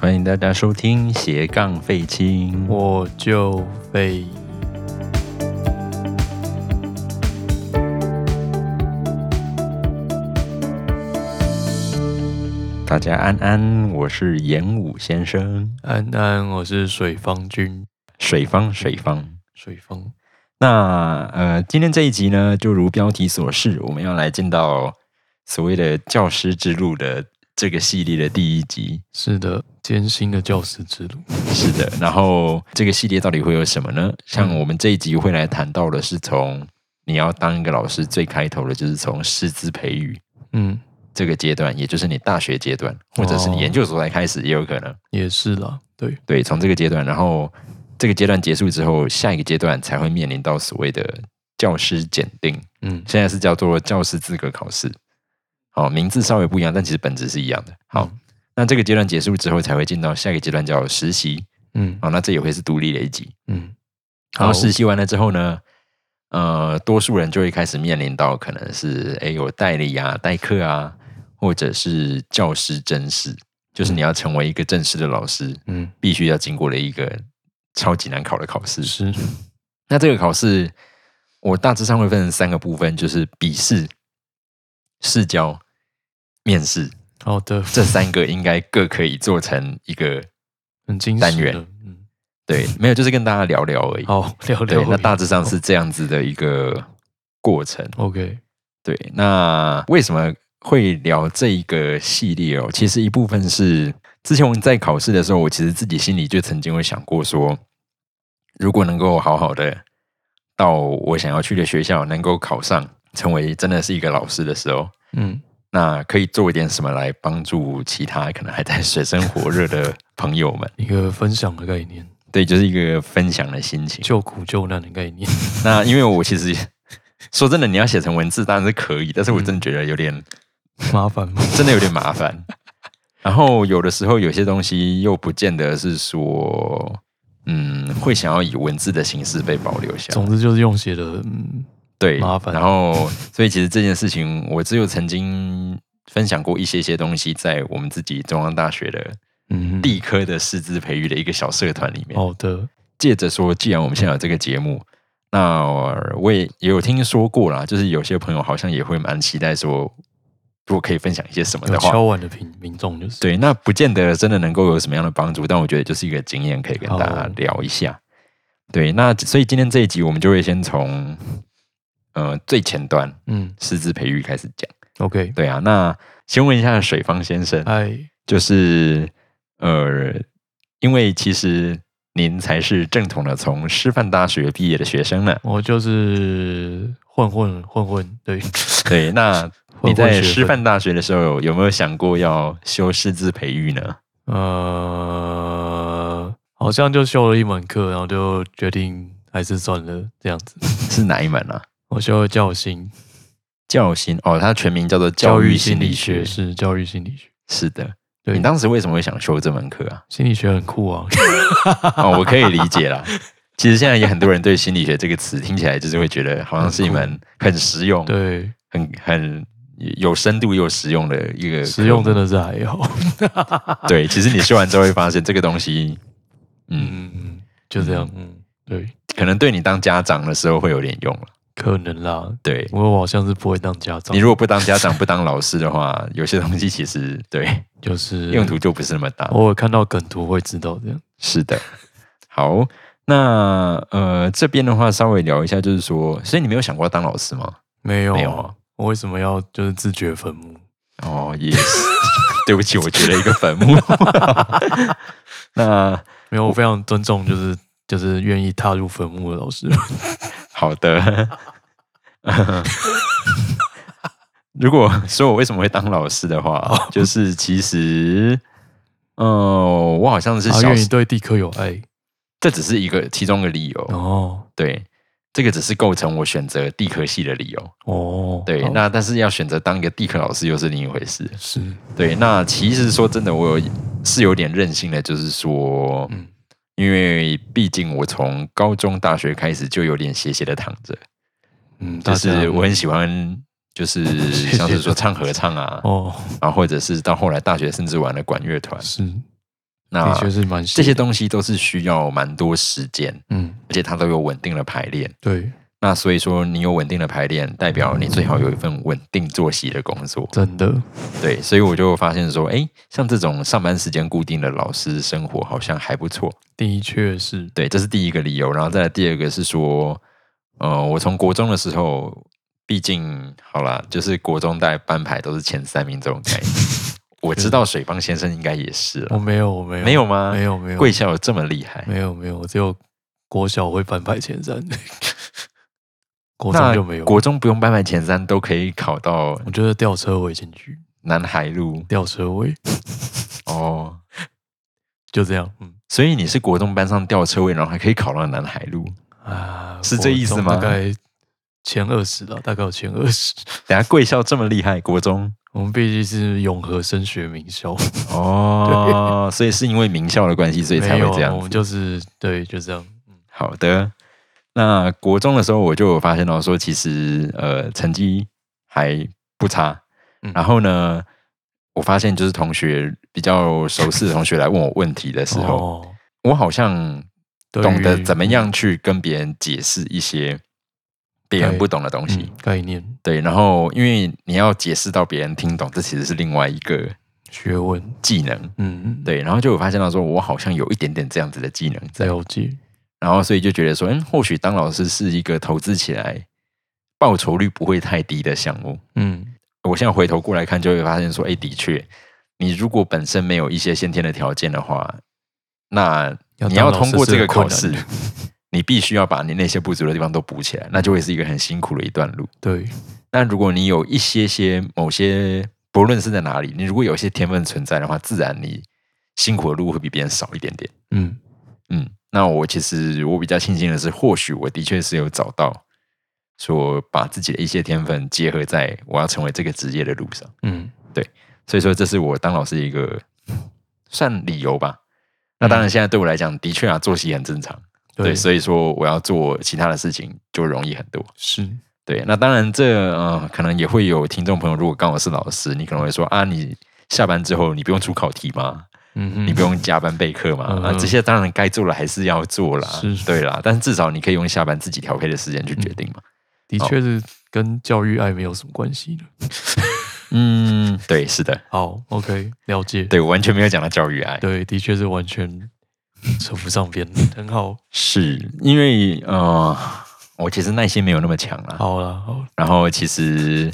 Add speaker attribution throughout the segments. Speaker 1: 欢迎大家收听斜杠废青。
Speaker 2: 我就废。
Speaker 1: 大家安安，我是演武先生，
Speaker 2: 安安，我是水方君，
Speaker 1: 水方水方。
Speaker 2: 水方
Speaker 1: 那呃，今天这一集呢，就如标题所示，我们要来进到所谓的教师之路的这个系列的第一集。
Speaker 2: 是的，艰辛的教师之路。
Speaker 1: 是的，然后这个系列到底会有什么呢？像
Speaker 2: 嗯
Speaker 1: 我们这一集会来谈到的是从你要当一个老师最开头的，就是从师资培育
Speaker 2: 嗯，
Speaker 1: 这个阶段，也就是你大学阶段，或者是你
Speaker 2: 哦
Speaker 1: 研究所来开始也有可能。
Speaker 2: 也是啦，对，
Speaker 1: 对，从这个阶段，然后这个阶段结束之后，下一个阶段才会面临到所谓的教师检定，
Speaker 2: 嗯，
Speaker 1: 现在是叫做教师资格考试。好，名字稍微不一样，但其实本质是一样的。好，那这个阶段结束之后，才会进到下一个阶段叫实习。
Speaker 2: 嗯
Speaker 1: 好，那这也会是独立的一级。
Speaker 2: 嗯，
Speaker 1: 然后实习完了之后呢，呃，多数人就会开始面临到可能是哎有代理啊、代课啊，或者是教师真试，就是你要成为一个正式的老师，
Speaker 2: 嗯，
Speaker 1: 必须要经过了一个超级难考的考试。
Speaker 2: 是，
Speaker 1: 那这个考试，我大致上会分成三个部分，就是笔试、试教、面试，
Speaker 2: 好的，
Speaker 1: 这三个应该各可以做成一个
Speaker 2: 很精
Speaker 1: 单
Speaker 2: 实
Speaker 1: 元
Speaker 2: 的，嗯，
Speaker 1: 对，没有就是跟大家聊聊而已。
Speaker 2: 好，聊
Speaker 1: 对
Speaker 2: 聊，，
Speaker 1: 那大致上是这样子的一个过程。
Speaker 2: OK，
Speaker 1: 对，那为什么会聊这一个系列哦？其实一部分是之前我们在考试的时候，我其实自己心里就曾经会想过说，如果能够好好的到我想要去的学校，能够考上，成为真的是一个老师的时候，
Speaker 2: 嗯，
Speaker 1: 那可以做一点什么来帮助其他可能还在水深火热的朋友们。
Speaker 2: 一个分享的概念，
Speaker 1: 对，就是一个分享的心情。
Speaker 2: 救苦救难的概念，
Speaker 1: 那因为我其实 说真的，你要写成文字当然是可以，但是我真的觉得有点。
Speaker 2: 麻烦吗？
Speaker 1: 真的有点麻 烦。然后有的时候有些东西又不见得是说，嗯，会想要以文字的形式被保留下来。
Speaker 2: 总之就是用写的，嗯，
Speaker 1: 对，
Speaker 2: 麻烦
Speaker 1: 然后，所以其实这件事情，我只有曾经分享过一些些东西，在我们自己中央大学的
Speaker 2: 嗯，
Speaker 1: 地科的师资培育的一个小社团里面。
Speaker 2: 好的，
Speaker 1: 哦借着说，既然我们现在有这个节目，那我也也有听说过啦，就是有些朋友好像也会蛮期待说，如果可以分享一些什么
Speaker 2: 有
Speaker 1: 的话，
Speaker 2: 敲碗的民民众就是，
Speaker 1: 对，那不见得真的能够有什么样的帮助，但我觉得就是一个经验，可以跟大家
Speaker 2: 哦
Speaker 1: 聊一下。对，那所以今天这一集我们就会先从呃最前端
Speaker 2: 嗯
Speaker 1: 师资培育开始讲。
Speaker 2: ，OK，
Speaker 1: 对啊，那先问一下水方先生，
Speaker 2: 嗨，
Speaker 1: 就是呃，因为其实您才是正统的从师范大学毕业的学生呢。
Speaker 2: 我就是混混混混，对，
Speaker 1: 对，那 你
Speaker 2: 混混
Speaker 1: 在
Speaker 2: 学
Speaker 1: 师
Speaker 2: 分
Speaker 1: 范大学的时候有没有想过要修师资培育呢？
Speaker 2: 呃，好像就修了一门课，然后就决定还是算了这样子。
Speaker 1: 是哪一门啊？
Speaker 2: 我修了教心
Speaker 1: 教心哦，它全名叫做
Speaker 2: 教
Speaker 1: 育
Speaker 2: 育
Speaker 1: 心
Speaker 2: 心理
Speaker 1: 学。嗯
Speaker 2: 学是教育心理学，
Speaker 1: 是的，
Speaker 2: 对
Speaker 1: 你当时为什么会想修这门课啊？
Speaker 2: 心理学很酷啊，
Speaker 1: 哦，我可以理解啦。其实现在也很多人对心理学这个词听起来就是会觉得好像是一门很实用、
Speaker 2: 对，
Speaker 1: 很很有深度又实用的一个
Speaker 2: 实用
Speaker 1: 科
Speaker 2: 真的是还好，
Speaker 1: 目。对，其实你修完之后会发现这个东西，嗯，
Speaker 2: 嗯，嗯就这样，嗯，对，
Speaker 1: 可能对你当家长的时候会有点用了。
Speaker 2: 可能啦，
Speaker 1: 对
Speaker 2: 我好像是不会当家长
Speaker 1: 你，如果不当家长、不当老师的话，有些东西其实对
Speaker 2: 就是
Speaker 1: 用途就不是那么大。
Speaker 2: 偶尔看到梗图会知道这样，
Speaker 1: 是的，好，那呃这边的话稍微聊一下，就是说，所以你没有想过要当老师吗？
Speaker 2: 没有
Speaker 1: 没有啊
Speaker 2: 我为什么要就是自掘坟墓？
Speaker 1: 哦，也是， 对不起，我掘了一个坟墓。 那
Speaker 2: 没有，我非常尊重，就是就是愿意踏入坟墓的 老师。
Speaker 1: 好的，如果说我为什么会当老师的话，就是其实，呃，我好像是
Speaker 2: 他
Speaker 1: 小
Speaker 2: 愿
Speaker 1: 时，
Speaker 2: 意对地科有爱。
Speaker 1: 这只是一个其中的理由，
Speaker 2: 哦
Speaker 1: 对，这个只是构成我选择地科系的理由。
Speaker 2: 哦，
Speaker 1: 对，
Speaker 2: 好
Speaker 1: 那但是要选择当一个地科老师又是另一回事。
Speaker 2: 是
Speaker 1: 对，那其实说真的，我有是有点任性的，就是说，
Speaker 2: 嗯
Speaker 1: 因为毕竟我从高中、大学开始就有点斜斜的躺着，
Speaker 2: 嗯，
Speaker 1: 就
Speaker 2: 大
Speaker 1: 是
Speaker 2: 家
Speaker 1: 我很喜欢， 就是
Speaker 2: 斜
Speaker 1: 像是
Speaker 2: 斜
Speaker 1: 说
Speaker 2: 地
Speaker 1: 唱合唱啊，
Speaker 2: 哦
Speaker 1: 然后或者是到后来大学甚至玩了管乐团，
Speaker 2: 是
Speaker 1: 那
Speaker 2: 的确是蛮
Speaker 1: 这
Speaker 2: 细
Speaker 1: 些
Speaker 2: 的
Speaker 1: 东西都是需要蛮多时间，
Speaker 2: 嗯，
Speaker 1: 而且它都有稳定的排练。
Speaker 2: 对，
Speaker 1: 那所以说，你有稳定的排练，代表你最好有一份稳定作息的工作。
Speaker 2: 真的，
Speaker 1: 对，所以我就发现说，哎，像这种上班时间固定的老师生活好像还不错。
Speaker 2: 的确是，
Speaker 1: 对，这是第一个理由。然后再来第二个是说，呃，我从国中的时候，毕竟好啦，就是国中带班排都是前三名这种概 念。我知道水帮先生应该也是
Speaker 2: 我
Speaker 1: 了，
Speaker 2: 没有，我没有，
Speaker 1: 没有吗
Speaker 2: 没哦有，没有，
Speaker 1: 贵校有这么厉害？
Speaker 2: 没有，没有，我只有国小会翻排前三， 国
Speaker 1: 那
Speaker 2: 中就没有。
Speaker 1: 国中不用班排前三都可以考到
Speaker 2: 我觉得吊车尾进去，
Speaker 1: 南海路
Speaker 2: 吊车尾
Speaker 1: 哦。
Speaker 2: 就这样，嗯
Speaker 1: 所以你是国中班上吊车位，然后还可以考到南海路。
Speaker 2: 啊，
Speaker 1: 是这意思
Speaker 2: 国
Speaker 1: 吗
Speaker 2: 中大概前二十了，大概有前二十。
Speaker 1: 等下贵校这么厉害，国中
Speaker 2: 我们毕竟是永和升学 名校，
Speaker 1: 哦，所以是因为名校的关系，所以才
Speaker 2: 没
Speaker 1: 会
Speaker 2: 有
Speaker 1: 这
Speaker 2: 啊
Speaker 1: 样
Speaker 2: 我
Speaker 1: 子
Speaker 2: 们就是对，就这样。嗯
Speaker 1: 好的，那国中的时候我就有发现到说，其实呃成绩还不差，
Speaker 2: 嗯
Speaker 1: 然后呢，我发现就是同学比较熟识的同学来问我问题的时候，
Speaker 2: 哦，
Speaker 1: 我好像
Speaker 2: 对
Speaker 1: 懂得
Speaker 2: 于
Speaker 1: 怎么样去跟别人解释一些别人
Speaker 2: 对
Speaker 1: 不懂的东西。
Speaker 2: 嗯概念
Speaker 1: 对，然后因为你要解释到别人听懂，这其实是另外一个
Speaker 2: 学问，
Speaker 1: 技能。
Speaker 2: 嗯，
Speaker 1: 对，然后就有发现到说，我好像有一点点这样子的技能在。
Speaker 2: 了解，
Speaker 1: 然后所以就觉得说，嗯，或许当老师是一个投资起来报酬率不会太低的项目。
Speaker 2: 嗯，
Speaker 1: 我现在回头过来看，就会发现说，哎，的确，你如果本身没有一些先天的条件的话，那
Speaker 2: 要
Speaker 1: 你要
Speaker 2: 当老
Speaker 1: 通
Speaker 2: 师
Speaker 1: 过
Speaker 2: 是
Speaker 1: 这个
Speaker 2: 很
Speaker 1: 考
Speaker 2: 困难
Speaker 1: 试
Speaker 2: 的，
Speaker 1: 你必须要把你那些不足的地方都补起来，那就会是一个很辛苦的一段路。
Speaker 2: 对，
Speaker 1: 那如果你有一些些某些，不论是在哪里，你如果有一些天分存在的话，自然你辛苦的路会比别人少一点点。
Speaker 2: 嗯，
Speaker 1: 嗯，那我其实我比较庆幸的是，或许我的确是有找到说把自己的一些天分结合在我要成为这个职业的路上，
Speaker 2: 嗯，
Speaker 1: 所以说这是我当老师一个算理由吧。那当然，现在对我来讲，的确啊，作息很正常，对，
Speaker 2: 对，
Speaker 1: 所以说我要做其他的事情就容易很多。
Speaker 2: 是，
Speaker 1: 对，那当然这呃，可能也会有听众朋友，如果刚好是老师，你可能会说啊，你下班之后你不用出考题吗？
Speaker 2: 嗯哼，
Speaker 1: 你不用加班备课嘛，
Speaker 2: 嗯
Speaker 1: 啊，这些当然该做了还是要做啦，
Speaker 2: 是
Speaker 1: 对啦，但至少你可以用下班自己调配的时间去决定嘛。
Speaker 2: 的
Speaker 1: 哦
Speaker 2: 确是跟教育爱没有什么关系的。
Speaker 1: 嗯，对，是的，
Speaker 2: 好，OK，了解。
Speaker 1: 对，我完全没有讲到教育爱，
Speaker 2: 对，的确是完全扯不上边，很好。
Speaker 1: 是因为呃，我其实耐心没有那么强啦，
Speaker 2: 好啦，好啦，
Speaker 1: 然后其实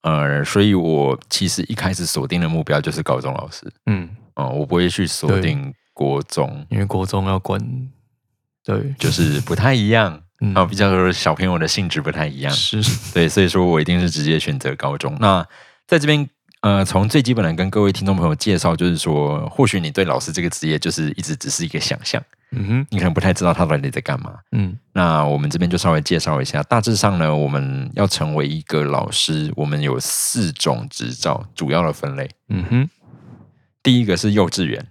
Speaker 1: 呃，所以我其实一开始锁定的目标就是高中老师，
Speaker 2: 嗯，
Speaker 1: 嗯、我不会去锁
Speaker 2: 对
Speaker 1: 定国中，
Speaker 2: 因为国中要管，对，
Speaker 1: 就是不太一样。
Speaker 2: 嗯，
Speaker 1: 啊，比较说小朋友的性质不太一样，
Speaker 2: 是，
Speaker 1: 对，所以说我一定是直接选择高中。那在这边，呃，从最基本的跟各位听众朋友介绍，就是说，或许你对老师这个职业就是一直只是一个想象，
Speaker 2: 嗯哼，
Speaker 1: 你可能不太知道他到底在干嘛。
Speaker 2: 嗯，
Speaker 1: 那我们这边就稍微介绍一下，大致上呢，我们要成为一个老师，我们有四种执照主要的分类。
Speaker 2: 嗯哼，
Speaker 1: 第一个是幼稚园，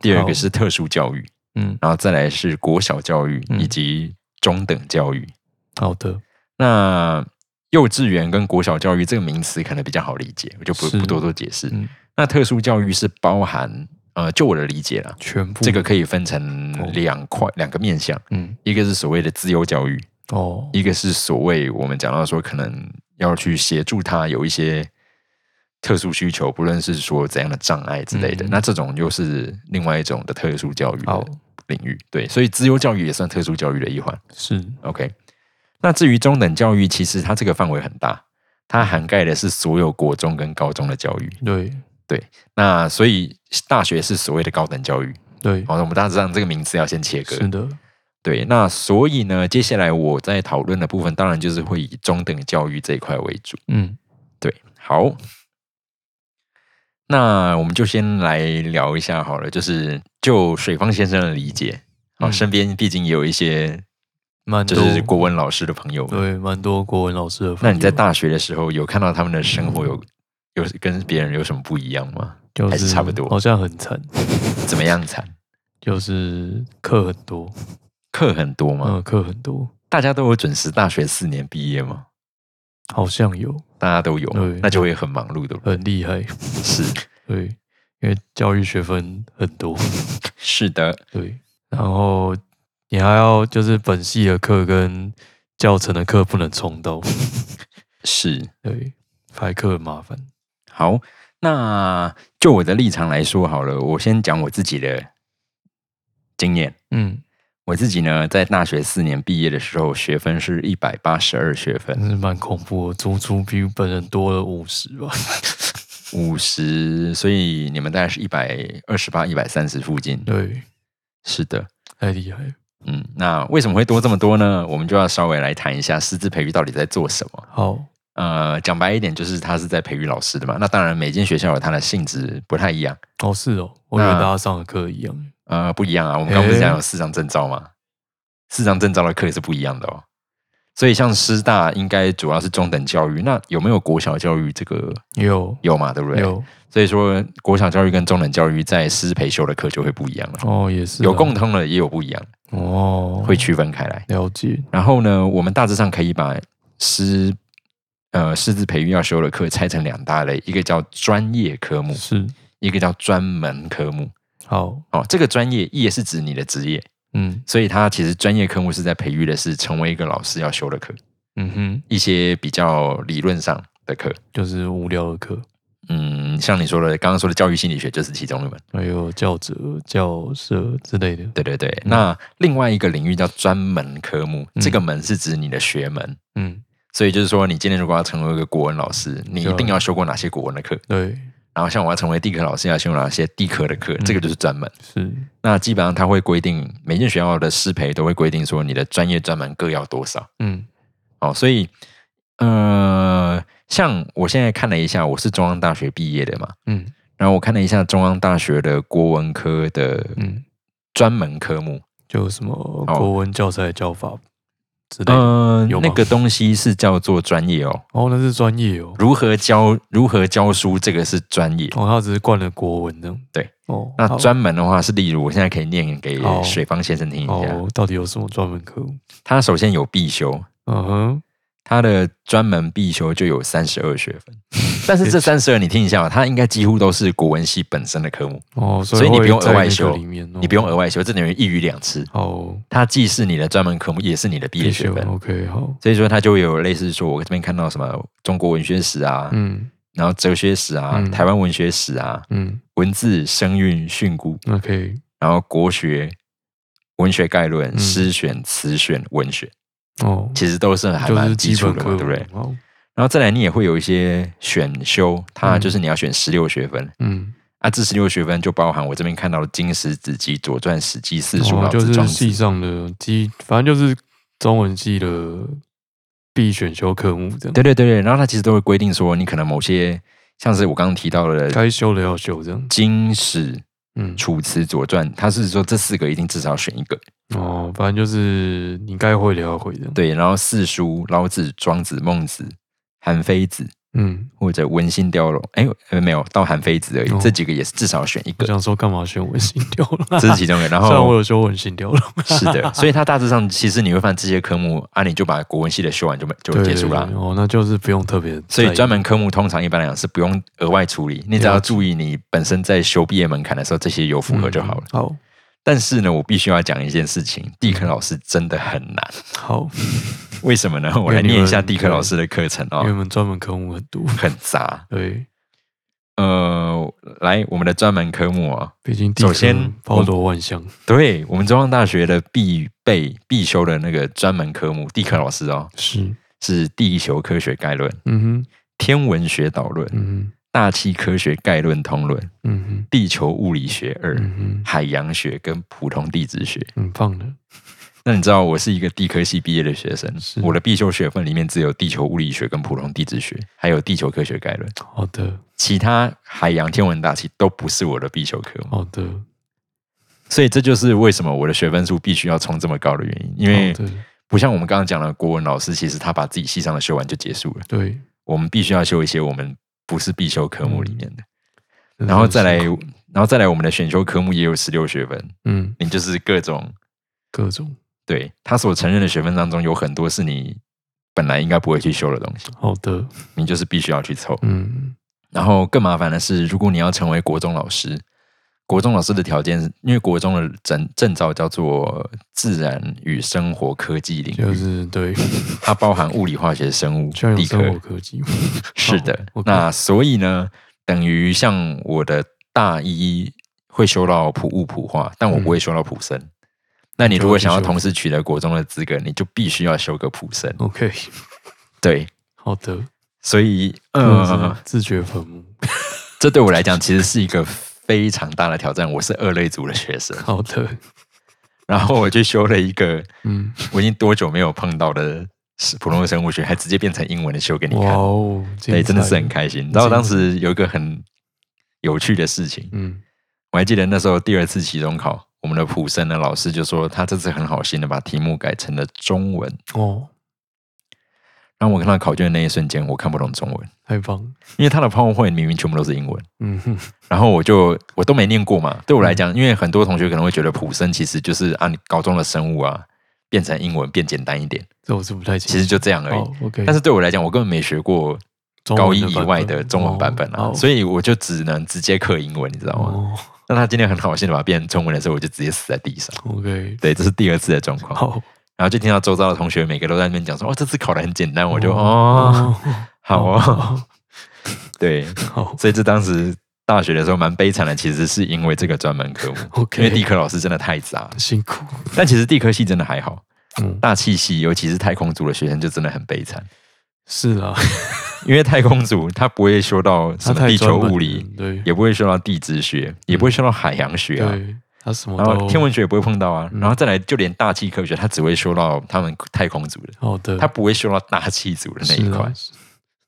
Speaker 1: 第二
Speaker 2: 好
Speaker 1: 个是特殊教育，
Speaker 2: 嗯，
Speaker 1: 然后再来是国小教育
Speaker 2: 嗯
Speaker 1: 以及中等教育。
Speaker 2: 好的，
Speaker 1: 那幼稚园跟国小教育这个名词可能比较好理解，我就不
Speaker 2: 是
Speaker 1: 不多做解释。
Speaker 2: 嗯
Speaker 1: 那特殊教育是包含呃，就我的理解啦，
Speaker 2: 全部
Speaker 1: 这个，可以分成
Speaker 2: 哦
Speaker 1: 两块、两个面向，
Speaker 2: 嗯，
Speaker 1: 一个是所谓的自由教育，
Speaker 2: 哦，
Speaker 1: 一个是所谓我们讲到说可能要去协助他有一些。特殊需求，不论是说怎样的障碍之类的，
Speaker 2: 嗯
Speaker 1: 那这种又是另外一种的特殊教育的
Speaker 2: 好，
Speaker 1: 领域。对，所以自由教育也算特殊教育的一环。
Speaker 2: 是，
Speaker 1: OK，那至于中等教育，其实它这个范围很大，它涵盖的是所有国中跟高中的教育。
Speaker 2: 对，
Speaker 1: 那所以大学是所谓的高等教育。
Speaker 2: 对，
Speaker 1: 好，那我们大致上哦这个名词要先切割
Speaker 2: 是。的，
Speaker 1: 对，那所以呢，接下来我在讨论的部分，当然就是会以中等教育这一块为主。
Speaker 2: 嗯，
Speaker 1: 对，好，那我们就先来聊一下好了，就是就水方先生的理解，好，
Speaker 2: 嗯
Speaker 1: 身边毕竟也有一些
Speaker 2: 蛮
Speaker 1: 就
Speaker 2: 多，
Speaker 1: 是国文老师的朋友们。
Speaker 2: 对，蛮多国文老师的朋
Speaker 1: 那
Speaker 2: 友。嗯
Speaker 1: 你在大学的时候有看到他们的生活有有跟别人有什么不一样吗？
Speaker 2: 就
Speaker 1: 还是差不多
Speaker 2: 好像很惨，
Speaker 1: 怎么样惨？
Speaker 2: 就是课很多，
Speaker 1: 课很多吗？
Speaker 2: 嗯，课很多，
Speaker 1: 大家都有准时大学四年毕业吗？
Speaker 2: 好像有
Speaker 1: 大家都有吗
Speaker 2: 对，
Speaker 1: 那就会很忙碌的。
Speaker 2: 很厉害，
Speaker 1: 是，
Speaker 2: 对，因为教育学分很多。
Speaker 1: 是的，
Speaker 2: 对，然后你还要就是本系的课跟教程的课不能重到，
Speaker 1: 是
Speaker 2: 对，排课很麻烦。
Speaker 1: 好。那就我的立场来说好了，我先讲我自己的经验。
Speaker 2: 嗯，
Speaker 1: 我自己呢，在大学四年毕业的时候，学分是一百八十二学分，
Speaker 2: 真是蛮恐怖的，足足比本人多了五十吧。
Speaker 1: 五十，所以你们大概是一百二十八、一百三十附近。
Speaker 2: 对，
Speaker 1: 是的，
Speaker 2: 太厉害了。
Speaker 1: 嗯，那为什么会多这么多呢？我们就要稍微来谈一下师资培育到底在做什么。
Speaker 2: 好，
Speaker 1: 呃，讲白一点，就是他是在培育老师的嘛。那当然，每间学校有它的性质不太一样，
Speaker 2: 哦是哦，我以为
Speaker 1: 那
Speaker 2: 大家上的课一样。
Speaker 1: 呃，不一样啊。我们刚不是
Speaker 2: 诶
Speaker 1: 讲有四张证照吗？四张证照的课也是不一样的哦。所以像师大应该主要是中等教育，那有没有国小教育这个
Speaker 2: 有
Speaker 1: 有嘛？对不对？。
Speaker 2: 有
Speaker 1: 所以说，国小教育跟中等教育在师培修的课就会不一样了，
Speaker 2: 哦，也是啊
Speaker 1: 有共通的，也有不一样，
Speaker 2: 哦，
Speaker 1: 会区分开来。
Speaker 2: 了解。
Speaker 1: 然后呢，我们大致上可以把师呃师资培育要修的课拆成两大类，一个叫专业科目，
Speaker 2: 是
Speaker 1: 一个叫专门科目。
Speaker 2: 好，
Speaker 1: 哦，这个专业业是指你的职业，
Speaker 2: 嗯
Speaker 1: 所以它其实专业科目是在培育的是成为一个老师要修的课，
Speaker 2: 嗯哼，
Speaker 1: 一些比较理论上的课。
Speaker 2: 就是无聊的课，
Speaker 1: 嗯，像你说的，刚刚说的教育心理学就是其中一门。
Speaker 2: 还有教者、教社之类的。
Speaker 1: 对对对，那另外一个领域叫专门科目，
Speaker 2: 嗯
Speaker 1: 这个门是指你的学门，
Speaker 2: 嗯，
Speaker 1: 所以就是说，你今天如果要成为一个国文老师，你一定要修过哪些国文的课。
Speaker 2: 对，
Speaker 1: 然后像我要成为地科老师，要修哪些地科的课，这个就是专门。
Speaker 2: 是
Speaker 1: 那基本上他会规定每间学校的师培都会规定说你的专业专门各要多少
Speaker 2: 嗯
Speaker 1: 哦，所以呃，像我现在看了一下，我是中央大学毕业的嘛，
Speaker 2: 嗯
Speaker 1: 然后我看了一下中央大学的国文科的
Speaker 2: 嗯，
Speaker 1: 专门科目，
Speaker 2: 就什么国文教材的教法之类的。
Speaker 1: 嗯、
Speaker 2: 有吗
Speaker 1: 那个东西是叫做专业哦，
Speaker 2: 哦，那是专业哦。
Speaker 1: 如何教如何教书，这个是专业。
Speaker 2: 哦，他只是灌了国文这样。
Speaker 1: 对，
Speaker 2: 哦，
Speaker 1: 那
Speaker 2: 好
Speaker 1: 专门的话是，例如我现在可以念给
Speaker 2: 好
Speaker 1: 水方先生听一下。
Speaker 2: 哦，到底有什么专门科目？
Speaker 1: 他首先有必修，
Speaker 2: 嗯哼，
Speaker 1: 他的专门必修就有三十二学 分，但是这三十二你听一下哦，它应该几乎都是国文系本身的科目，
Speaker 2: 哦，
Speaker 1: 所以你
Speaker 2: 会
Speaker 1: 不用
Speaker 2: 在
Speaker 1: 额外
Speaker 2: 那个
Speaker 1: 修
Speaker 2: 里面，哦
Speaker 1: 你不用额
Speaker 2: 外。
Speaker 1: 外修，这等于一鱼两吃。
Speaker 2: 哦，
Speaker 1: 它既是你的专门科目，也是你的毕业
Speaker 2: 必
Speaker 1: 学
Speaker 2: 修。
Speaker 1: 分，啊
Speaker 2: OK，好，
Speaker 1: 所以说它就有类似说我这边看到什么中国文学史啊，
Speaker 2: 嗯
Speaker 1: 然后哲学史啊，
Speaker 2: 嗯
Speaker 1: 台湾文学史啊，
Speaker 2: 嗯
Speaker 1: 文字、声韵、训诂，
Speaker 2: ，OK，
Speaker 1: 然后国学、文学概论、
Speaker 2: 嗯
Speaker 1: 诗选、词选、文选，
Speaker 2: 哦，
Speaker 1: 其实都是还
Speaker 2: 就
Speaker 1: 蛮
Speaker 2: 是
Speaker 1: 基
Speaker 2: 基
Speaker 1: 础
Speaker 2: 本
Speaker 1: 的
Speaker 2: 科
Speaker 1: 嘛，
Speaker 2: 目，
Speaker 1: 对不对？
Speaker 2: 好，
Speaker 1: 然后再来，你也会有一些选修，它
Speaker 2: 嗯
Speaker 1: 就是你要选十六学分、
Speaker 2: 嗯，
Speaker 1: 啊，这十六学分就包含我这边看到的《经史子集》《左传》《史记》《四书》《
Speaker 2: 哦
Speaker 1: 老
Speaker 2: 就
Speaker 1: 子》《庄
Speaker 2: 是
Speaker 1: 子
Speaker 2: 系》。上的基，反正就是中文系的必选修科目这样。
Speaker 1: 对对对对，然后它其实都会规定说，你可能某些像是我刚刚提到的《
Speaker 2: 该修的要修这样。
Speaker 1: 经史》《
Speaker 2: 嗯，
Speaker 1: 楚辞》《左传》，它是说这四个一定至少选一个。
Speaker 2: 哦，反正就是你该会的要会这样。
Speaker 1: 对，然后四书、老子、庄子、孟子、韩非子
Speaker 2: 嗯，
Speaker 1: 或者文心雕龙，哎、呃没有到韩非子而已，
Speaker 2: 哦
Speaker 1: 这几个也是至少选一
Speaker 2: 我
Speaker 1: 个，
Speaker 2: 想说干嘛选文心 雕龙？
Speaker 1: 这是其中一个。然
Speaker 2: 虽然我
Speaker 1: 后
Speaker 2: 有修文心雕龙，
Speaker 1: 是的，所以它大致上其实你会发现这些科目啊，你就把国文系的修完就没就
Speaker 2: 对
Speaker 1: 结束啦
Speaker 2: 对。对哦，那就是不用特别在意，
Speaker 1: 所以专门科目通常一般来讲是不用额外处理，你只要
Speaker 2: 了解
Speaker 1: 注意你本身在修毕业门槛的时候这些有符合就好了。
Speaker 2: 嗯。好，
Speaker 1: 但是呢，我必须要讲一件事情，地科老师真的很难。
Speaker 2: 好，
Speaker 1: 为什么呢？我来
Speaker 2: 嗯因为你
Speaker 1: 念一
Speaker 2: 们
Speaker 1: 下地科
Speaker 2: 对
Speaker 1: 老师的课程
Speaker 2: 因
Speaker 1: 哦，
Speaker 2: 为我们专门科目很多。
Speaker 1: 很杂。
Speaker 2: 对，
Speaker 1: 呃，来我们的专门科目啊、
Speaker 2: 毕竟地科
Speaker 1: 首先
Speaker 2: 包罗万象。
Speaker 1: 对我们中央大学的必备必修的那个专门科目，地科老师哦，
Speaker 2: 是，
Speaker 1: 是地球科学概论、
Speaker 2: 嗯哼，
Speaker 1: 天文学导论、
Speaker 2: 嗯
Speaker 1: 大气科学概论通论、
Speaker 2: 哼，嗯哼，
Speaker 1: 地球物理学二、
Speaker 2: 嗯哼，
Speaker 1: 海洋学跟普通地质学。
Speaker 2: 很棒的。
Speaker 1: 那你知道我是一个地科系毕业的学生
Speaker 2: 是，
Speaker 1: 我的必修学分里面只有地球物理学跟普通地质学，还有地球科学概论，
Speaker 2: 好的，
Speaker 1: 其他海洋、天文、大气都不是我的必修科目。
Speaker 2: 好的，好
Speaker 1: 所以这就是为什么我的学分数必须要冲这么高的原因，因为
Speaker 2: 的，
Speaker 1: 不像我们刚刚讲的国文老师，其实他把自己系上的修完就结束了。
Speaker 2: 对。
Speaker 1: 我们必须要修一些我们不是必修科目里面的，
Speaker 2: 嗯真的
Speaker 1: 然后再来，
Speaker 2: 很辛苦
Speaker 1: 然后再来我们的选修科目也有十六学分，
Speaker 2: 嗯，
Speaker 1: 你就是各种
Speaker 2: 各种
Speaker 1: 对他所承认的学分当中有很多是你本来应该不会去修的东西，
Speaker 2: 好的，
Speaker 1: 你就是必须要去凑。
Speaker 2: 嗯，
Speaker 1: 然后更麻烦的是，如果你要成为国中老师，国中老师的条件是，因为国中的证证照叫做自然与生活科技领域，
Speaker 2: 就是对，
Speaker 1: 它包含物理、化学、生物、
Speaker 2: 就像有
Speaker 1: 理科
Speaker 2: 生活科技，
Speaker 1: 是的，
Speaker 2: 哦，OK
Speaker 1: 那所以呢，等于像我的大一会修到普物普化，但
Speaker 2: 嗯
Speaker 1: 我不会修到普生。那你如果想要同时取得国中的资格，你就必须要修个普生。
Speaker 2: OK，
Speaker 1: 对，
Speaker 2: 好的，
Speaker 1: 所以
Speaker 2: 真的
Speaker 1: 呃
Speaker 2: 哦是，自掘坟墓，
Speaker 1: 这对我来讲其实是一个非常大的挑战。我是二类组的学生，
Speaker 2: 好的，
Speaker 1: 然后我就修了一个
Speaker 2: 嗯，
Speaker 1: 我已经多久没有碰到的是普通生物学，还直接变成英文的修 给你
Speaker 2: 哇
Speaker 1: 看。
Speaker 2: 哦，
Speaker 1: 对，
Speaker 2: 精
Speaker 1: 真的
Speaker 2: 彩
Speaker 1: 是很，开心。然后
Speaker 2: 精
Speaker 1: 当时有一个很有趣的事情，
Speaker 2: 嗯，
Speaker 1: 我还记得那时候第二次期中考，我们的普生的老师就说他这次很好心的把题目改成了中文。
Speaker 2: 哦，
Speaker 1: 然后我看到考卷的那一瞬间，我看不懂中文，
Speaker 2: 太棒了，
Speaker 1: 因为他的 PowerPoint 明明全部都是英文。
Speaker 2: 嗯哼，
Speaker 1: 然后我就我都没念过嘛，对我来讲，因为很多同学可能会觉得普生其实就是啊，你高中的生物啊变成英文变简单一点，
Speaker 2: 这我是不太清楚，
Speaker 1: 其实就这样而已。
Speaker 2: 哦，OK，
Speaker 1: 但是对我来讲，我根本没学过
Speaker 2: 中文
Speaker 1: 高
Speaker 2: 的
Speaker 1: 一以
Speaker 2: 版
Speaker 1: 外
Speaker 2: 本
Speaker 1: 的中文版本啊，
Speaker 2: 哦
Speaker 1: 所以我就只能直接刻英文，你知道吗？
Speaker 2: 哦
Speaker 1: 那他今天很好心的把它变成中文的时候，我就直接死在地上。
Speaker 2: ，OK，
Speaker 1: 对，这是第二次的状况。
Speaker 2: 好，
Speaker 1: 然后就听到周遭的同学每个都在那边讲说：“哦，这次考的很简单。”我就 哦，好哦，
Speaker 2: 哦，
Speaker 1: 对，
Speaker 2: 好
Speaker 1: 所以这当时大学的时候蛮悲惨的，其实是因为这个专门科目，因为
Speaker 2: ，OK，
Speaker 1: 地科老师真的太杂了。
Speaker 2: 辛苦，
Speaker 1: 但其实地科系真的还好，
Speaker 2: 嗯，
Speaker 1: 大气系尤其是太空组的学生就真的很悲惨，
Speaker 2: 是 啦，
Speaker 1: 因为太空组他不会修到
Speaker 2: 他
Speaker 1: 什么
Speaker 2: 太
Speaker 1: 地球
Speaker 2: 专门
Speaker 1: 物
Speaker 2: 了
Speaker 1: 理，，
Speaker 2: 对
Speaker 1: 也不会修到地质学，也不会修到海洋学啊。
Speaker 2: 对，他什么
Speaker 1: 然后
Speaker 2: 都
Speaker 1: 天文学也不会碰到啊，
Speaker 2: 嗯
Speaker 1: 然后再来就连大气科学，他只会修到他们太空组的，
Speaker 2: 好的，
Speaker 1: 他不会修到大气组的那
Speaker 2: 是啊
Speaker 1: 一
Speaker 2: 啦
Speaker 1: 块。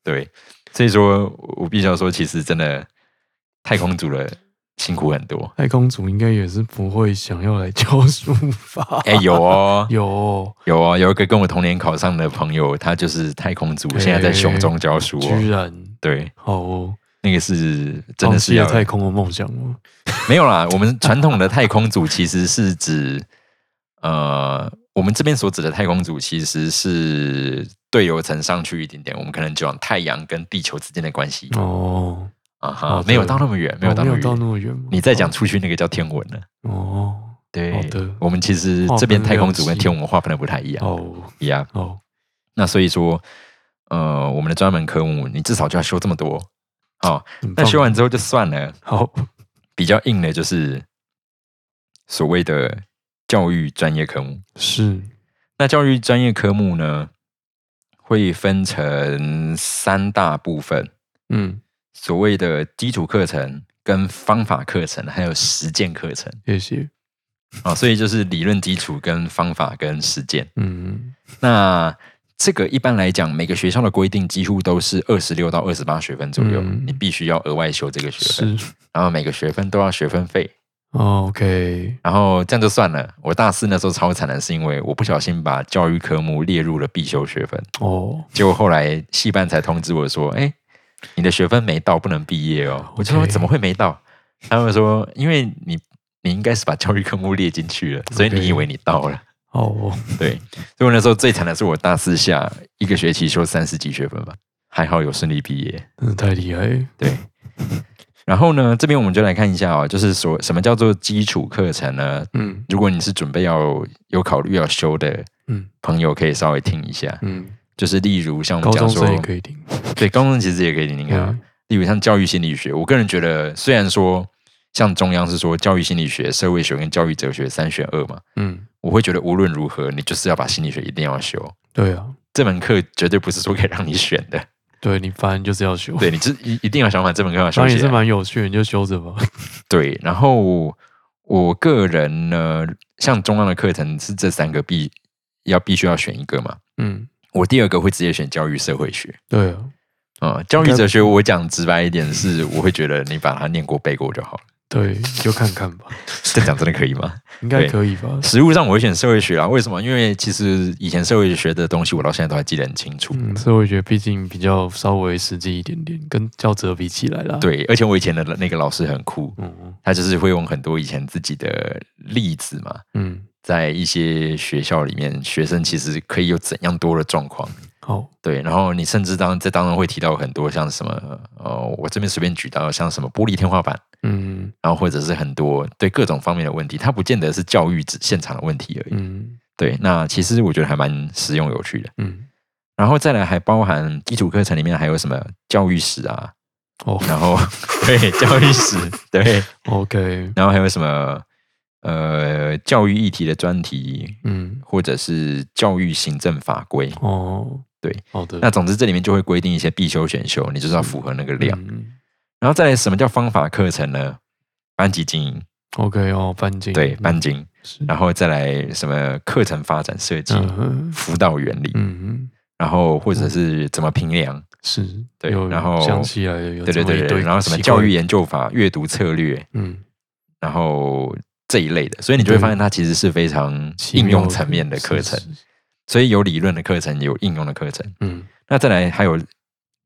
Speaker 1: 对，所以说我我必须要说，其实真的太空组的辛苦很多。
Speaker 2: 太空组应该也是不会想要来教书法，，
Speaker 1: 哎，有哦
Speaker 2: 有哦
Speaker 1: 有哦，有一个 跟我同年考上的朋友，他就是太空组，
Speaker 2: 哎
Speaker 1: 现在在熊中教书
Speaker 2: 居
Speaker 1: 哦。
Speaker 2: 然
Speaker 1: 对，
Speaker 2: 好哦，
Speaker 1: 那个是真的
Speaker 2: 放
Speaker 1: 是
Speaker 2: 弃了
Speaker 1: 要
Speaker 2: 太空的梦想吗？
Speaker 1: 没有啦。我们传统的太空组其实是指，呃，我们这边所指的太空组其实是队友层上去一点点，我们可能讲太阳跟地球之间的关系
Speaker 2: 哦，
Speaker 1: 啊
Speaker 2: 好
Speaker 1: 哈
Speaker 2: 的，
Speaker 1: 没有到那么远，没有
Speaker 2: 哦
Speaker 1: 到
Speaker 2: 没
Speaker 1: 那么
Speaker 2: 有到
Speaker 1: 远
Speaker 2: 那。么远吗？
Speaker 1: 你再讲出去那个叫天文了。
Speaker 2: 嗯哦
Speaker 1: 对，
Speaker 2: 好的
Speaker 1: 我们其实这边太空组跟天文划分的不太一样，
Speaker 2: 哦
Speaker 1: 一样。
Speaker 2: 哦，
Speaker 1: 那所以说，呃，我们的专门科目你至少就要修这么多哦。
Speaker 2: 很
Speaker 1: 那
Speaker 2: 棒
Speaker 1: 修完之后就算了，
Speaker 2: 好
Speaker 1: 比较硬的就是所谓的教育专业科目。
Speaker 2: 是
Speaker 1: 那教育专业科目呢，会分成三大部分，
Speaker 2: 嗯，
Speaker 1: 所谓的基础课程、跟方法课程，还有实践课程
Speaker 2: 谢谢，
Speaker 1: 啊、哦所以就是理论基础、跟方法、跟实践。
Speaker 2: 嗯
Speaker 1: 那这个一般来讲，每个学校的规定几乎都是二十六到二十八学分左右，
Speaker 2: 嗯
Speaker 1: 你必须要额外修这个学分，
Speaker 2: 是
Speaker 1: 然后每个学分都要学分费，
Speaker 2: 哦 OK
Speaker 1: 然后这样就算了。我大四那时候超惨的是因为我不小心把教育科目列入了必修学分，
Speaker 2: 哦，
Speaker 1: 结果后来系办才通知我说，哎，你的学分没到，不能毕业哦。我就说
Speaker 2: OK
Speaker 1: 怎么会没到？他们说，因为你你应该是把教育科目列进去了，所以
Speaker 2: OK
Speaker 1: 你以为你到了。
Speaker 2: 好哦，
Speaker 1: 对，所以我那时候最惨的是我大四下一个学期修三十几学分吧，还好有顺利毕业。
Speaker 2: 真的太厉害了，
Speaker 1: 对， 然后呢，这边我们就来看一下哦，就是所什么叫做基础课程呢？
Speaker 2: 嗯
Speaker 1: 如果你是准备要有考虑要修的
Speaker 2: 嗯
Speaker 1: 朋友，可以稍微听一下，
Speaker 2: 嗯，
Speaker 1: 就是例如像我
Speaker 2: 高
Speaker 1: 们讲
Speaker 2: 中
Speaker 1: 说
Speaker 2: 生，也可以听，
Speaker 1: 对，高中生其实也可以听听看啊。
Speaker 2: 嗯
Speaker 1: 例如像教育心理学，我个人觉得，虽然说像中央是说教育心理学、社会学跟教育哲学三选二嘛，
Speaker 2: 嗯，
Speaker 1: 我会觉得无论如何，你就是要把心理学一定要修。
Speaker 2: 对啊，
Speaker 1: 这门课绝对不是说可以让你选 的，
Speaker 2: 对你反正就是要修，
Speaker 1: 对你这一一定要想把这门课要
Speaker 2: 当
Speaker 1: 修
Speaker 2: 然也
Speaker 1: 起
Speaker 2: 是
Speaker 1: 来。
Speaker 2: 蛮有趣的，你就修着吧。
Speaker 1: 对，然后我个人呢，像中央的课程是这三个必要必须要选一个嘛，
Speaker 2: 嗯，
Speaker 1: 我第二个会直接选教育社会学。
Speaker 2: 对啊，
Speaker 1: 啊、教育哲学，我讲直白一点是，我会觉得你把它念过背过就 好了。
Speaker 2: 对，你就看看吧，
Speaker 1: 这讲真的可以吗？
Speaker 2: 应该
Speaker 1: 对
Speaker 2: 可以吧？
Speaker 1: 实物上我会选社会学啊，为什么？因为其实以前社会学的东西，我到现在都还记得很清楚。
Speaker 2: 嗯，所以我觉得毕竟比较稍微实际一点点，跟教哲比起来啦。，
Speaker 1: 对，而且我以前的那个老师很酷，
Speaker 2: 嗯
Speaker 1: 他就是会用很多以前自己的例子嘛，
Speaker 2: 嗯，
Speaker 1: 在一些学校里面，学生其实可以有怎样多的状况，
Speaker 2: 好，
Speaker 1: 对，然后你甚至当这当中会提到很多像什么，呃，我这边随便举到像什么玻璃天花板，
Speaker 2: 嗯
Speaker 1: 然后或者是很多对各种方面的问题，它不见得是教育只现场的问题而已。
Speaker 2: 嗯
Speaker 1: 对，那其实我觉得还蛮实用有趣的。
Speaker 2: 嗯，
Speaker 1: 然后再来还包含基础课程里面还有什么教育史啊，
Speaker 2: 哦
Speaker 1: 然后 对教育史对，
Speaker 2: ，OK，
Speaker 1: 然后还有什么呃教育议题的专题，
Speaker 2: 嗯，
Speaker 1: 或者是教育行政法规。
Speaker 2: 哦，
Speaker 1: 对，
Speaker 2: 好的，
Speaker 1: 那总之这里面就会规定一些必修选修，你就是要符合那个量。
Speaker 2: 嗯
Speaker 1: 然后再来什么叫方法课程呢？班级经营，
Speaker 2: ，OK 哦，半径，
Speaker 1: 对
Speaker 2: 嗯
Speaker 1: 班经，
Speaker 2: 是，
Speaker 1: 然后再来什么课程发展设计、
Speaker 2: 嗯哼
Speaker 1: 辅导原理，
Speaker 2: 嗯，
Speaker 1: 然后或者是怎么评量，
Speaker 2: 是，
Speaker 1: 对
Speaker 2: 有
Speaker 1: 然后
Speaker 2: 想起来了，有
Speaker 1: 对对
Speaker 2: 这么一
Speaker 1: 对对，
Speaker 2: 堆
Speaker 1: 然后什么
Speaker 2: 奇怪
Speaker 1: 教育，研究法、阅读策略，
Speaker 2: 嗯，
Speaker 1: 然后这一类的，所以你就会发现它其实是非常
Speaker 2: 奇
Speaker 1: 应
Speaker 2: 妙
Speaker 1: 用
Speaker 2: 的
Speaker 1: 层面的课程，，
Speaker 2: 是是
Speaker 1: 所以有理论的课程，有应用的课程。
Speaker 2: 嗯，
Speaker 1: 那再来还有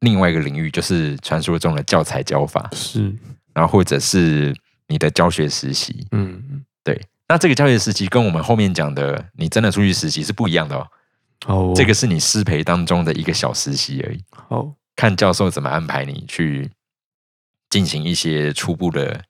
Speaker 1: 另外一个领域，就是传说中的教材教法，
Speaker 2: 是，
Speaker 1: 然后或者是你的教学实习。
Speaker 2: 嗯，
Speaker 1: 对，那这个教学实习跟我们后面讲的你真的出去实习是不一样的哦，
Speaker 2: 好哦，
Speaker 1: 这个是你师培当中的一个小实习而已，
Speaker 2: 好，
Speaker 1: 看教授怎么安排你去进行一些初步的，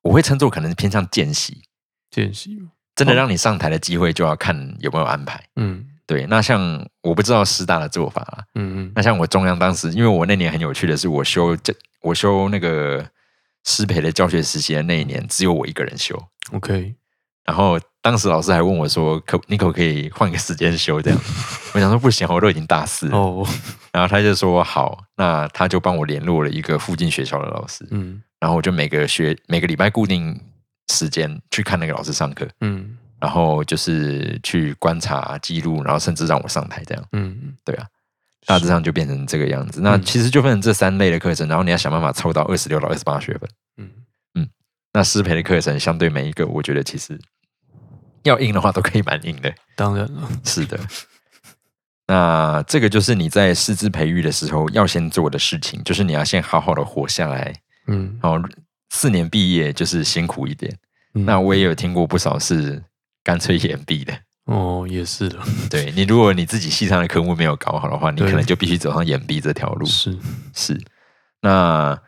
Speaker 1: 我会称作可能偏向见习，
Speaker 2: 见习嘛，
Speaker 1: 真的
Speaker 2: 哦
Speaker 1: 让你上台的机会就要看有没有安排。
Speaker 2: 嗯
Speaker 1: 对，那像我不知道师大的做法啦，
Speaker 2: 嗯嗯
Speaker 1: 那像我中央当时，因为我那年很有趣的是，我修这我修那个师培的教学实习的那一年，只有我一个人修。
Speaker 2: ，OK，
Speaker 1: 然后当时老师还问我说：“可你可不可以换个时间修？”这样， 我想说不行，我都已经大四了。
Speaker 2: 哦，
Speaker 1: 然后他就说：“好。”那他就帮我联络了一个附近学校的老师，
Speaker 2: 嗯
Speaker 1: 然后我就每个学每个礼拜固定时间去看那个老师上课，
Speaker 2: 嗯
Speaker 1: 然后就是去观察记录，然后甚至让我上台这样。
Speaker 2: 嗯，
Speaker 1: 对啊，大致上就变成这个样子。那
Speaker 2: 嗯
Speaker 1: 其实就分成这三类的课程，然后你要想办法凑到二十六到二十八学分。
Speaker 2: 嗯
Speaker 1: 那师培的课程相对每一个，我觉得其实要硬的话都可以蛮硬的。
Speaker 2: 当然了，
Speaker 1: 是的， 那这个就是你在师资培育的时候要先做的事情，就是你要先好好的活下来，
Speaker 2: 嗯，
Speaker 1: 然后四年毕业就是辛苦一点。
Speaker 2: 嗯
Speaker 1: 那我也有听过不少是干脆延毕的。
Speaker 2: 哦也是的，
Speaker 1: 对你，如果你自己系上的科目没有搞好的话，你
Speaker 2: 对
Speaker 1: 可能就必须走上延毕这条路。
Speaker 2: 是，
Speaker 1: 是，那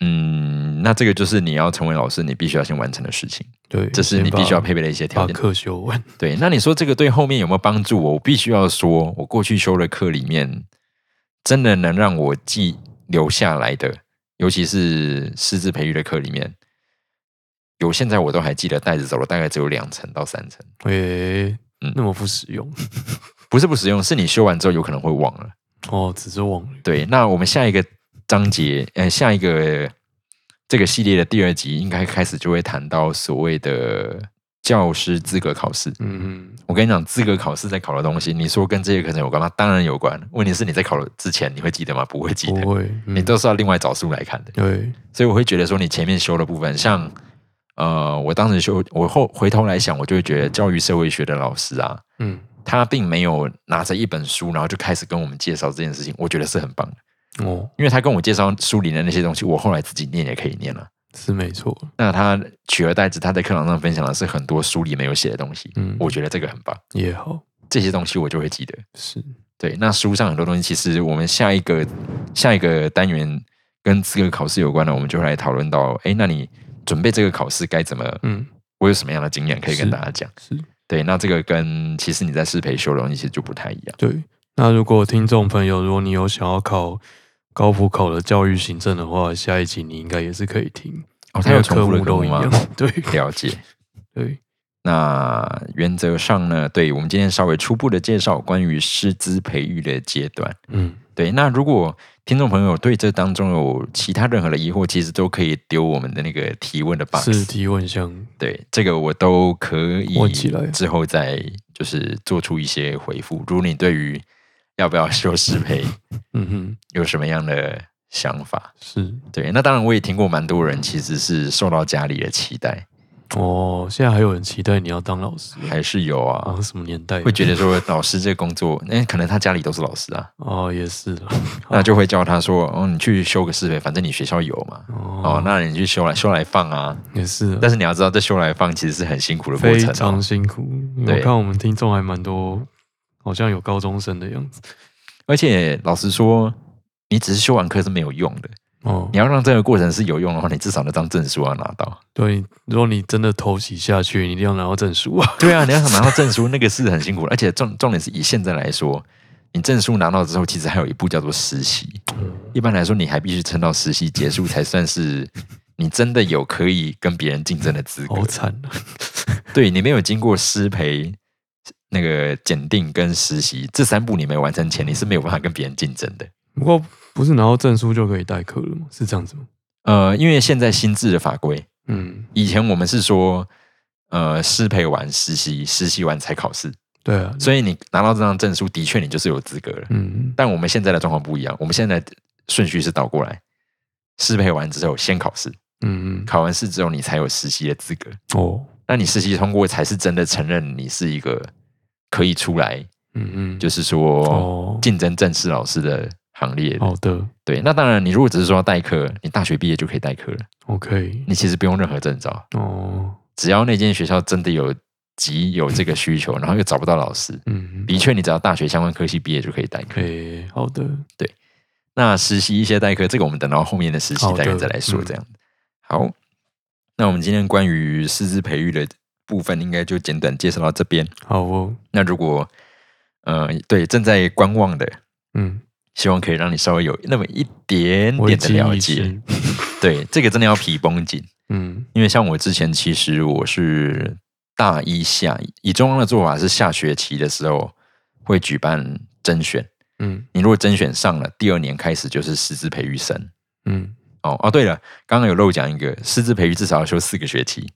Speaker 1: 嗯，那这个就是你要成为老师，你必须要先完成的事情，
Speaker 2: 对，
Speaker 1: 这是
Speaker 2: 先
Speaker 1: 你必须要
Speaker 2: 把
Speaker 1: 配备的一些条
Speaker 2: 把
Speaker 1: 件。
Speaker 2: 课修完，
Speaker 1: 对，那你说这个对后面有没有帮助我？我必须要说，我过去修的课里面，真的能让我记留下来的，尤其是师资培育的课里面，有现在我都还记得带着走了，大概只有两层到三层。
Speaker 2: 诶、
Speaker 1: 嗯
Speaker 2: 那么不实用，
Speaker 1: 不是不实用，是你修完之后有可能会忘了。
Speaker 2: 哦，只是忘了，
Speaker 1: 对，那我们下一个章节，呃，下一个这个系列的第二集，应该开始就会谈到所谓的教师资格考试。
Speaker 2: 嗯嗯，
Speaker 1: 我跟你讲，资格考试在考的东西，你说跟这些课程有关吗？当然有关。问题是你在考之前你会记得吗？不会记
Speaker 2: 不
Speaker 1: 得，
Speaker 2: 会，
Speaker 1: 你
Speaker 2: 嗯
Speaker 1: 都是要另外找书来看的。
Speaker 2: 对，
Speaker 1: 所以我会觉得说，你前面修的部分，像呃，我当时修，我后回头来想，我就会觉得教育社会学的老师啊，
Speaker 2: 嗯，
Speaker 1: 他并没有拿着一本书，然后就开始跟我们介绍这件事情，我觉得是很棒的。
Speaker 2: 哦，
Speaker 1: 因为他跟我介绍书里的那些东西，我后来自己念也可以念了。
Speaker 2: 是没错，
Speaker 1: 那他取而代之，他在课堂上分享的是很多书里没有写的东西，
Speaker 2: 嗯，
Speaker 1: 我觉得这个很棒。
Speaker 2: 也好，
Speaker 1: 这些东西我就会记得。
Speaker 2: 是，
Speaker 1: 对，那书上很多东西，其实我们下一个下一个单元跟资格考试有关的，我们就会来讨论到，哎，那你准备这个考试该怎么？
Speaker 2: 嗯，
Speaker 1: 我有什么样的经验可以跟
Speaker 2: 是
Speaker 1: 大家讲？
Speaker 2: 是
Speaker 1: 对，那这个跟其实你在师培修的东西其实就不太一样。
Speaker 2: 对。那如果听众朋友，如果你有想要考高普考的教育行政的话，下一集你应该也是可以听，
Speaker 1: 哦，它
Speaker 2: 它
Speaker 1: 有
Speaker 2: 有
Speaker 1: 重
Speaker 2: 科
Speaker 1: 复的
Speaker 2: 目
Speaker 1: 科
Speaker 2: 都
Speaker 1: 目
Speaker 2: 一
Speaker 1: 吗
Speaker 2: 样？， 对
Speaker 1: 了解。
Speaker 2: 对，
Speaker 1: 那原则上呢，对我们今天稍微初步的介绍关于师资培育的阶段。
Speaker 2: 嗯，
Speaker 1: 对，那如果听众朋友对这当中有其他任何的疑惑，其实都可以丢我们的那个提问的 box。
Speaker 2: 是提问箱，
Speaker 1: 对，这个我都可以
Speaker 2: 问起来
Speaker 1: 之后再就是做出一些回复。如果你对于要不要修师培
Speaker 2: 嗯哼，
Speaker 1: 有什么样的想法？
Speaker 2: 是
Speaker 1: 对，那当然我也听过蛮多人其实是受到家里的期待，
Speaker 2: 哦。现在还有人期待你要当老师，
Speaker 1: 还是有啊。
Speaker 2: 啊，什么年代？
Speaker 1: 会觉得说老师这个工作，那、可能他家里都是老师啊，
Speaker 2: 哦，也是了，
Speaker 1: 那就会叫他说，哦，你去修个师培，反正你学校有嘛，哦
Speaker 2: 哦，，
Speaker 1: 那你去修来修来放啊。
Speaker 2: 也是啦，
Speaker 1: 但是你要知道，这修来放其实是很辛苦的过
Speaker 2: 非
Speaker 1: 程、
Speaker 2: 常
Speaker 1: 哦。
Speaker 2: 辛苦。我
Speaker 1: 对
Speaker 2: 看我们听众还蛮多，好像有高中生的样子。
Speaker 1: 而且老实说，你只是修完课是没有用的。
Speaker 2: 哦
Speaker 1: 你，要让这个过程是有用的话，你至少那张证书要拿到。
Speaker 2: 对，如果你真的偷袭下去，你一定要拿到证书 啊。
Speaker 1: 对啊，你要想拿到证书，那个是很辛苦的。而且重重点是以现在来说，你证书拿到之后，其实还有一步叫做实习。一般来说，你还必须撑到实习结束才算是你真的有可以跟别人竞争的资格
Speaker 2: 好。惨啊！
Speaker 1: 对你没有经过师培、那个检定跟实习这三步你没完成前，你是没有办法跟别人竞争的。
Speaker 2: 不过不是拿到证书就可以代课了吗？是这样子吗？
Speaker 1: 呃，因为现在新制的法规，
Speaker 2: 嗯，
Speaker 1: 以前我们是说，呃，师培完实习，实习完才考试，
Speaker 2: 对啊，
Speaker 1: 所以你拿到这张证书，的确你就是有资格了。
Speaker 2: 嗯，
Speaker 1: 但我们现在的状况不一样，我们现在的顺序是倒过来，师培完之后先考试，
Speaker 2: 嗯嗯，
Speaker 1: 考完试之后你才有实习的资格。
Speaker 2: 哦，
Speaker 1: 那你实习通过，才是真的承认你是一个可以出来，
Speaker 2: 嗯嗯，
Speaker 1: 就是是说
Speaker 2: 哦，
Speaker 1: 竞争正式老师的行列。
Speaker 2: 好的
Speaker 1: 对，那当然，你如果只是说要代课，你大学毕业就可以代课了，
Speaker 2: ，OK，
Speaker 1: 你其实不用任何证照。
Speaker 2: 哦，
Speaker 1: 只要那间学校真的有急有这个需求，然后又找不到老师，
Speaker 2: 嗯，
Speaker 1: 的确，你只要大学相关科系毕业就可以代课。
Speaker 2: OK，好的，
Speaker 1: 那实习一些代课，这个我们等到后面的实习
Speaker 2: 好的
Speaker 1: 代课再来说。
Speaker 2: 嗯
Speaker 1: 这样、好，那我们今天关于师资培育的部分，应该就简短介绍到这边。
Speaker 2: 好哦，
Speaker 1: 那如果呃对正在观望的，
Speaker 2: 嗯，
Speaker 1: 希望可以让你稍微有那么一点
Speaker 2: 我已
Speaker 1: 点的
Speaker 2: 经
Speaker 1: 了
Speaker 2: 已
Speaker 1: 解。
Speaker 2: 知，
Speaker 1: 对，这个真的要皮绷紧。
Speaker 2: 嗯
Speaker 1: 因为像我之前其实我是大一下，以中央的做法是下学期的时候会举办甄选，
Speaker 2: 嗯
Speaker 1: 你如果甄选上了，第二年开始就是师资培育生。
Speaker 2: 嗯
Speaker 1: 哦哦，对了，刚刚有漏讲一个，师资培育至少要修四个学期，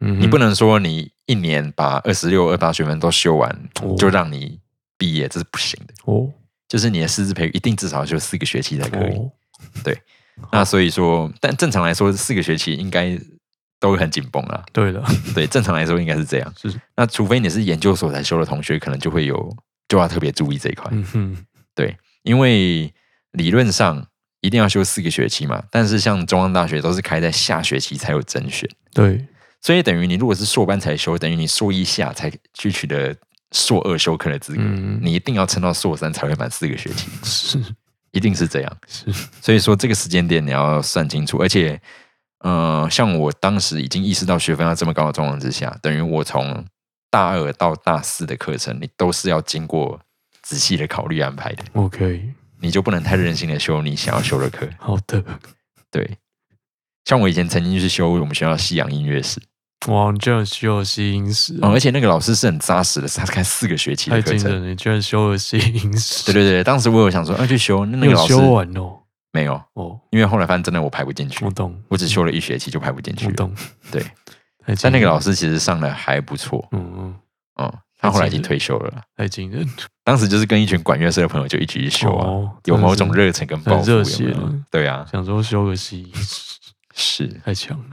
Speaker 2: 嗯，
Speaker 1: 你不能说你一年把二十六、二八学分都修完
Speaker 2: 哦
Speaker 1: 就让你毕业，这是不行的。
Speaker 2: 哦，
Speaker 1: 就是你的师资培育一定至少要修四个学期才可以。
Speaker 2: 哦，
Speaker 1: 那所以说，但正常来说，四个学期应该都会很紧绷啦。
Speaker 2: 对了，
Speaker 1: 对，正常来说应该是这样。
Speaker 2: 是，
Speaker 1: 那除非你是研究所才修的同学，可能就会有就要特别注意这一块，
Speaker 2: 嗯哼，
Speaker 1: 因为理论上一定要修四个学期嘛。但是像中央大学都是开在下学期才有甄选，
Speaker 2: 对，
Speaker 1: 所以等于你如果是硕班才修，等于你硕一下才去取得硕二修课的资格，
Speaker 2: 嗯
Speaker 1: 你一定要撑到硕三才会满四个学期，
Speaker 2: 是
Speaker 1: 一定是这样。
Speaker 2: 是，
Speaker 1: 所以说这个时间点你要算清楚，而且，呃，像我当时已经意识到学分要这么高的状况之下，等于我从大二到大四的课程，你都是要经过仔细的考虑安排的，
Speaker 2: OK，
Speaker 1: 你就不能太任性的修你想要修的课。
Speaker 2: 好的，
Speaker 1: 对，像我以前曾经去修我们学校西洋音乐史，
Speaker 2: 哇，你居然修了吸引史
Speaker 1: 哦
Speaker 2: 啊，
Speaker 1: 而且那个老师是很扎实的，他开四个学期的
Speaker 2: 太
Speaker 1: 课
Speaker 2: 惊
Speaker 1: 程。
Speaker 2: 人了，你居然修了吸引史，
Speaker 1: 对对对，当时我有想说，要、哎去修，那那
Speaker 2: 你
Speaker 1: 个
Speaker 2: 有
Speaker 1: 老师
Speaker 2: 修完哦，
Speaker 1: 没有，
Speaker 2: 哦，
Speaker 1: 因为后来发现真的我排不进去
Speaker 2: 我，懂，
Speaker 1: 我只修了一学期就排不进去
Speaker 2: 我
Speaker 1: 了。
Speaker 2: 懂，
Speaker 1: 对
Speaker 2: 太惊人，
Speaker 1: 但那个老师其实上的还不错，
Speaker 2: 嗯，嗯，
Speaker 1: 嗯，他后来已经退休了啦。
Speaker 2: 太惊人，
Speaker 1: 当时就是跟一群管乐社的朋友就一起去修啊，
Speaker 2: 哦
Speaker 1: 有某种，
Speaker 2: 真的
Speaker 1: 热忱跟抱负，
Speaker 2: 很热血
Speaker 1: 有没有
Speaker 2: 了
Speaker 1: 对啊
Speaker 2: 是，想说修个吸引史
Speaker 1: 是
Speaker 2: 太强了，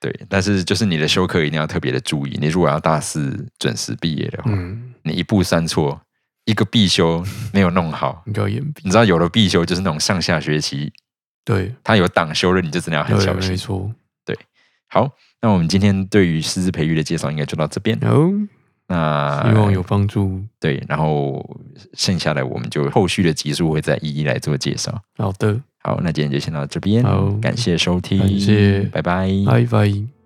Speaker 1: 对，但是就是你的修课一定要特别的注意，你如果要大四准时毕业的话，
Speaker 2: 嗯，
Speaker 1: 你一步三错，一个必修没有弄好，
Speaker 2: 你不嗯要眼
Speaker 1: 你知道有的必修就是那种上下学期，
Speaker 2: 对，
Speaker 1: 它有党修了，你就真的要很
Speaker 2: 对，
Speaker 1: 小
Speaker 2: 没
Speaker 1: 心。
Speaker 2: 错，
Speaker 1: 好，那我们今天对于师资培育的介绍应该就到这边，
Speaker 2: 然后嗯希
Speaker 1: 那
Speaker 2: 望有帮助，
Speaker 1: 对，然后剩下的我们就后续的集数会再一一来做介绍。
Speaker 2: 好的，
Speaker 1: 好，那今天就先到这边
Speaker 2: 好，
Speaker 1: 感谢收听，
Speaker 2: 感谢
Speaker 1: 拜拜，
Speaker 2: 拜拜。